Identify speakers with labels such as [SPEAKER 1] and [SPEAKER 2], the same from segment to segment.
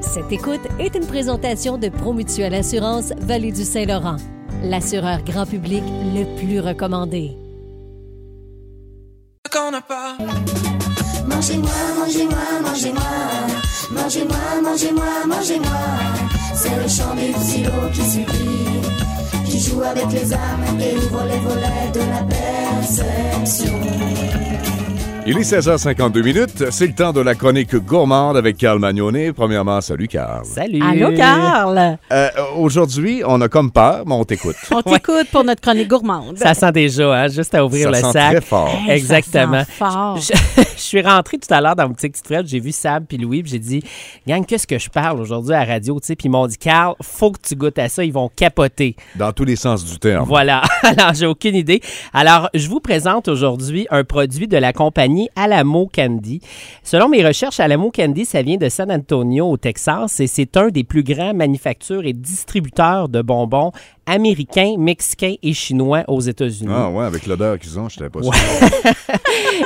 [SPEAKER 1] Cette écoute est une présentation de Promutuelle Assurance Vallée du Saint-Laurent, l'assureur grand public le plus recommandé.
[SPEAKER 2] qu'on n'a pas.
[SPEAKER 3] Mangez-moi, mangez-moi, mangez-moi. Mangez-moi, mangez-moi, mangez-moi. C'est le chant des silos qui subit, qui joue avec les âmes et ouvre les volets de la perception.
[SPEAKER 4] Il est 16h52 minutes. C'est le temps de la chronique gourmande avec Carl Magnonnet. Premièrement, salut Carl.
[SPEAKER 5] Salut.
[SPEAKER 6] Allô, Carl!
[SPEAKER 4] Euh, Aujourd'hui, on a comme peur, mais on t'écoute.
[SPEAKER 6] On t'écoute pour notre chronique gourmande.
[SPEAKER 5] Ça sent déjà, hein, juste à ouvrir
[SPEAKER 4] Ça
[SPEAKER 5] le
[SPEAKER 4] sent
[SPEAKER 5] sac.
[SPEAKER 4] très fort.
[SPEAKER 6] Hey, ça
[SPEAKER 5] Exactement.
[SPEAKER 6] sent fort.
[SPEAKER 5] Je, je suis rentré tout à l'heure dans mon petit petite frette, j'ai vu Sam puis Louis, puis j'ai dit, gang, qu'est-ce que je parle aujourd'hui à la radio, tu sais? Puis ils m'ont dit, Carl, faut que tu goûtes à ça, ils vont capoter.
[SPEAKER 4] Dans tous les sens du terme.
[SPEAKER 5] Voilà. Alors, j'ai aucune idée. Alors, je vous présente aujourd'hui un produit de la compagnie Alamo Candy. Selon mes recherches, Alamo Candy, ça vient de San Antonio, au Texas, et c'est un des plus grands manufactures et distributeurs de bonbons américains, mexicains et chinois aux États-Unis.
[SPEAKER 4] Ah ouais, avec l'odeur qu'ils ont, je savais pas sûr.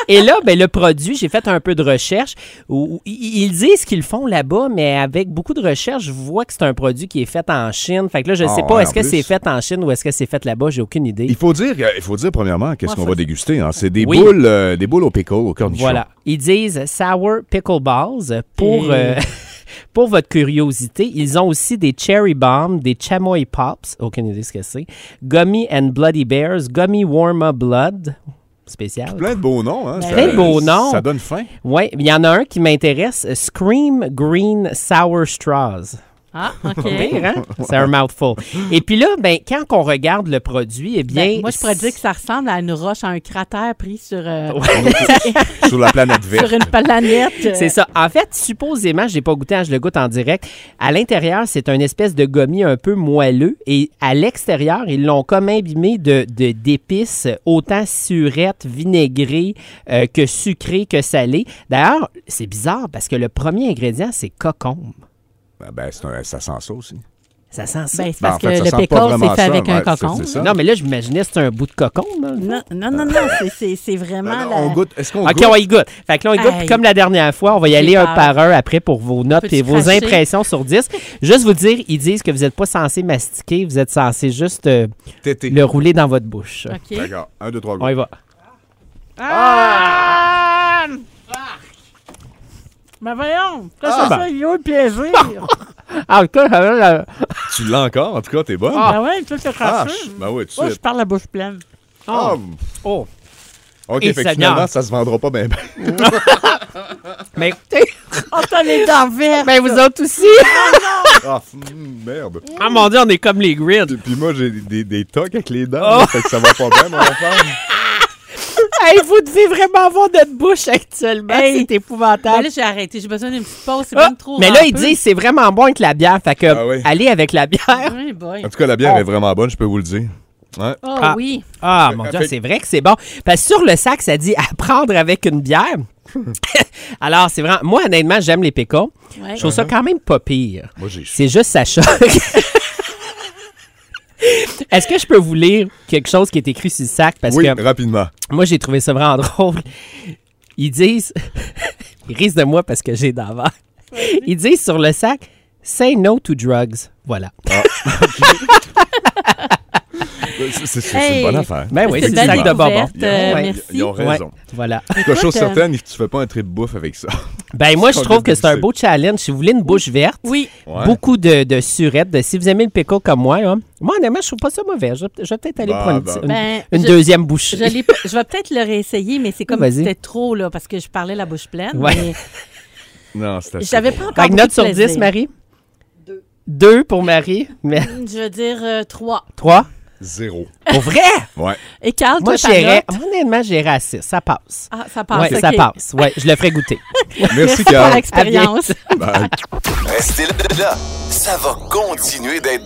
[SPEAKER 5] Et là, ben, le produit, j'ai fait un peu de recherche. Où, où i- ils disent qu'ils le font là-bas, mais avec beaucoup de recherche, je vois que c'est un produit qui est fait en Chine. Fait que là, je ne
[SPEAKER 4] Ah
[SPEAKER 5] sais
[SPEAKER 4] ouais,
[SPEAKER 5] pas,
[SPEAKER 4] en
[SPEAKER 5] est-ce que
[SPEAKER 4] plus.
[SPEAKER 5] c'est fait en Chine ou est-ce que c'est fait là-bas? J'ai aucune idée.
[SPEAKER 4] Il faut dire, il faut dire premièrement qu'est-ce
[SPEAKER 6] Ouais,
[SPEAKER 4] qu'on
[SPEAKER 6] faut-
[SPEAKER 4] va déguster. hein. C'est des
[SPEAKER 5] Oui.
[SPEAKER 4] boules, euh, des boules au pickle, au cornichon.
[SPEAKER 5] Voilà. Ils disent Sour Pickle Balls pour,
[SPEAKER 6] Mm.
[SPEAKER 5] euh, pour votre curiosité. Ils ont aussi des Cherry Bombs, des Chamoy Pops, aucune idée ce que c'est, Gummy and Bloody Bears, Gummy Warm Up Blood, spécial.
[SPEAKER 4] Plein de beaux noms. Hein.
[SPEAKER 5] Plein de beaux noms.
[SPEAKER 4] Ça donne faim.
[SPEAKER 5] Oui, il y en a un qui m'intéresse, euh, Scream Green Sour Straws.
[SPEAKER 6] Ah, OK.
[SPEAKER 5] Pire, hein? C'est un mouthful. Et puis là, ben, quand on regarde le produit, eh bien...
[SPEAKER 6] Ben, moi, je pourrais dire que ça ressemble à une roche, à un cratère pris sur, euh,
[SPEAKER 4] Sur la planète
[SPEAKER 6] sur
[SPEAKER 4] verte.
[SPEAKER 6] une planète. euh,
[SPEAKER 5] C'est ça. En fait, supposément, je l'ai pas goûté, hein, je le goûte en direct. À l'intérieur, c'est une espèce de gommier un peu moelleux et à l'extérieur, ils l'ont comme imbibé de de- d'épices autant surettes, vinaigrées euh, que sucrées que salées. D'ailleurs, c'est bizarre parce que le premier ingrédient, c'est cocombe.
[SPEAKER 4] Ah Ben, c'est un- ça sent ça aussi.
[SPEAKER 5] Ça sent ça.
[SPEAKER 6] Ben, c'est
[SPEAKER 4] Ben,
[SPEAKER 6] parce
[SPEAKER 4] en fait,
[SPEAKER 6] que
[SPEAKER 4] ça
[SPEAKER 6] le
[SPEAKER 4] sent pas
[SPEAKER 6] pécor,
[SPEAKER 4] vraiment
[SPEAKER 6] c'est fait
[SPEAKER 4] ça,
[SPEAKER 6] avec un
[SPEAKER 4] ouais, c'est-
[SPEAKER 6] cocon.
[SPEAKER 4] c'est ça. Ben,
[SPEAKER 5] non, mais là, j'imaginais que c'était un bout de cocombe. là.
[SPEAKER 6] Non, non, non, non, c'est- c'est- c'est vraiment...
[SPEAKER 4] Ben,
[SPEAKER 6] la-
[SPEAKER 4] on goûte. Est-ce qu'on
[SPEAKER 5] OK,
[SPEAKER 4] goûte?
[SPEAKER 5] on y goûte. Fait que là, on y goûte.
[SPEAKER 6] Aïe.
[SPEAKER 5] Puis comme la dernière fois, on va y
[SPEAKER 6] J'ai
[SPEAKER 5] aller un
[SPEAKER 6] peur.
[SPEAKER 5] par un après pour vos notes
[SPEAKER 6] Peux-tu
[SPEAKER 5] et vos
[SPEAKER 6] cracher?
[SPEAKER 5] impressions sur 10. Juste vous dire, ils disent que vous n'êtes pas censé mastiquer, vous êtes censé juste euh,
[SPEAKER 4] Tété.
[SPEAKER 5] le rouler dans votre bouche.
[SPEAKER 6] OK.
[SPEAKER 4] D'accord. Un, deux, trois, go.
[SPEAKER 5] On y va.
[SPEAKER 6] Ah! Mais Ben, voyons, ça,
[SPEAKER 4] Ah!
[SPEAKER 6] c'est ça, il y a eu le plaisir.
[SPEAKER 5] En tout cas, euh, là,
[SPEAKER 4] Tu l'as encore, en tout cas, t'es bonne.
[SPEAKER 6] Ah ouais, tout c'est
[SPEAKER 4] Ah,
[SPEAKER 6] craché.
[SPEAKER 4] je- ben oui, tout de
[SPEAKER 6] Moi, je
[SPEAKER 4] suite.
[SPEAKER 6] parle la bouche pleine.
[SPEAKER 4] Ah,
[SPEAKER 5] oh.
[SPEAKER 4] OK,
[SPEAKER 5] Et
[SPEAKER 4] fait que
[SPEAKER 5] Seigneur.
[SPEAKER 4] finalement, ça se vendra pas bien. ben.
[SPEAKER 5] Mais écoutez,
[SPEAKER 6] Oh, t'as les dents vertes!
[SPEAKER 5] ben vous autres aussi.
[SPEAKER 4] Ah, hum, merde.
[SPEAKER 5] Ah mon Dieu, on est comme les
[SPEAKER 4] Et
[SPEAKER 5] grids.
[SPEAKER 4] puis moi, j'ai des, des, des tocs avec les dents.
[SPEAKER 6] Ah.
[SPEAKER 4] là, Fait que ça va pas bien, mon enfant.
[SPEAKER 5] Hey, vous devez vraiment avoir notre bouche actuellement.
[SPEAKER 6] Hey.
[SPEAKER 5] C'est épouvantable.
[SPEAKER 6] Ben là, j'ai arrêté. J'ai besoin d'une petite pause. C'est
[SPEAKER 5] Ah,
[SPEAKER 6] même trop
[SPEAKER 5] mais là, ils
[SPEAKER 6] rampeux.
[SPEAKER 5] disent c'est vraiment bon avec la bière. Fait que
[SPEAKER 4] Ah oui.
[SPEAKER 5] allez avec la bière.
[SPEAKER 6] Oui, boy.
[SPEAKER 4] En tout cas, la
[SPEAKER 6] Ah.
[SPEAKER 4] bière est vraiment bonne, je peux vous le dire. Ouais.
[SPEAKER 6] Oh
[SPEAKER 5] Ah.
[SPEAKER 6] oui.
[SPEAKER 5] Ah, mon
[SPEAKER 4] Euh,
[SPEAKER 5] Dieu,
[SPEAKER 4] fait-
[SPEAKER 5] c'est vrai que c'est bon. Parce que sur le sac, ça dit apprendre avec une bière. Alors, c'est vraiment. Moi, honnêtement, j'aime les pécons.
[SPEAKER 6] Ouais.
[SPEAKER 5] Je trouve ça quand même pas pire.
[SPEAKER 4] Moi, j'ai chaud.
[SPEAKER 5] C'est juste ça choque. Est-ce que je peux vous lire quelque chose qui est écrit sur le sac? Parce
[SPEAKER 4] Oui,
[SPEAKER 5] que
[SPEAKER 4] rapidement.
[SPEAKER 5] moi, j'ai trouvé ça vraiment drôle. Ils disent. Ils risent de moi parce que j'ai d'avant. Ils disent sur le sac Say no to drugs. Voilà.
[SPEAKER 4] Euh, C'est- C'est c'est
[SPEAKER 6] Hey.
[SPEAKER 4] une bonne affaire.
[SPEAKER 5] Ben oui,
[SPEAKER 6] C'est
[SPEAKER 5] c'est
[SPEAKER 6] une
[SPEAKER 5] le
[SPEAKER 6] belle
[SPEAKER 5] sac de bonbons.
[SPEAKER 6] découverte, euh,
[SPEAKER 5] Ouais.
[SPEAKER 6] merci.
[SPEAKER 4] Ils ont
[SPEAKER 5] Ouais,
[SPEAKER 4] raison.
[SPEAKER 5] Voilà.
[SPEAKER 4] En tout cas, chose
[SPEAKER 6] Écoute, euh,
[SPEAKER 4] certaine, tu fais pas un trip bouffe avec ça.
[SPEAKER 5] Ben moi,
[SPEAKER 4] Ça,
[SPEAKER 5] je
[SPEAKER 4] on
[SPEAKER 5] trouve
[SPEAKER 4] l'a
[SPEAKER 5] que c'est un
[SPEAKER 4] dégusté.
[SPEAKER 5] beau challenge. Si vous voulez une bouche verte,
[SPEAKER 6] Oui.
[SPEAKER 4] Ouais.
[SPEAKER 5] beaucoup de, de surettes. de- si vous aimez le pickle comme moi, là, moi, honnêtement, je trouve pas ça mauvais. Je, je vais peut-être aller
[SPEAKER 4] Bah,
[SPEAKER 5] prendre une,
[SPEAKER 4] bah.
[SPEAKER 5] une-
[SPEAKER 6] Ben,
[SPEAKER 5] une
[SPEAKER 6] je-
[SPEAKER 5] deuxième bouchée.
[SPEAKER 6] Je, l'ai pas- je vais peut-être le réessayer, mais c'est comme
[SPEAKER 5] Vas-y.
[SPEAKER 6] c'était trop, là, parce que je parlais la bouche pleine.
[SPEAKER 5] Ouais.
[SPEAKER 6] mais
[SPEAKER 4] Non, c'était ça.
[SPEAKER 6] J'avais pas encore.
[SPEAKER 5] Fait que
[SPEAKER 6] beaucoup
[SPEAKER 5] note
[SPEAKER 6] de
[SPEAKER 5] sur
[SPEAKER 6] plaisir.
[SPEAKER 5] 10, Marie? Deux. Deux pour Marie, mais
[SPEAKER 6] Je veux dire euh, trois.
[SPEAKER 5] trois.
[SPEAKER 4] Zéro.
[SPEAKER 5] Pour vrai?
[SPEAKER 4] Ouais.
[SPEAKER 6] Et Carl,
[SPEAKER 5] moi,
[SPEAKER 6] toi, ta
[SPEAKER 5] j'irais,
[SPEAKER 6] note?
[SPEAKER 5] honnêtement, j'irais à six. Ça passe.
[SPEAKER 6] Ah, ça passe.
[SPEAKER 5] ouais,
[SPEAKER 6] ok.
[SPEAKER 5] ça passe. Ouais, je le ferai goûter.
[SPEAKER 4] Merci,
[SPEAKER 6] Pour
[SPEAKER 4] Carl.
[SPEAKER 6] l'expérience.
[SPEAKER 4] Bye.
[SPEAKER 7] Restez là. Ça va continuer d'être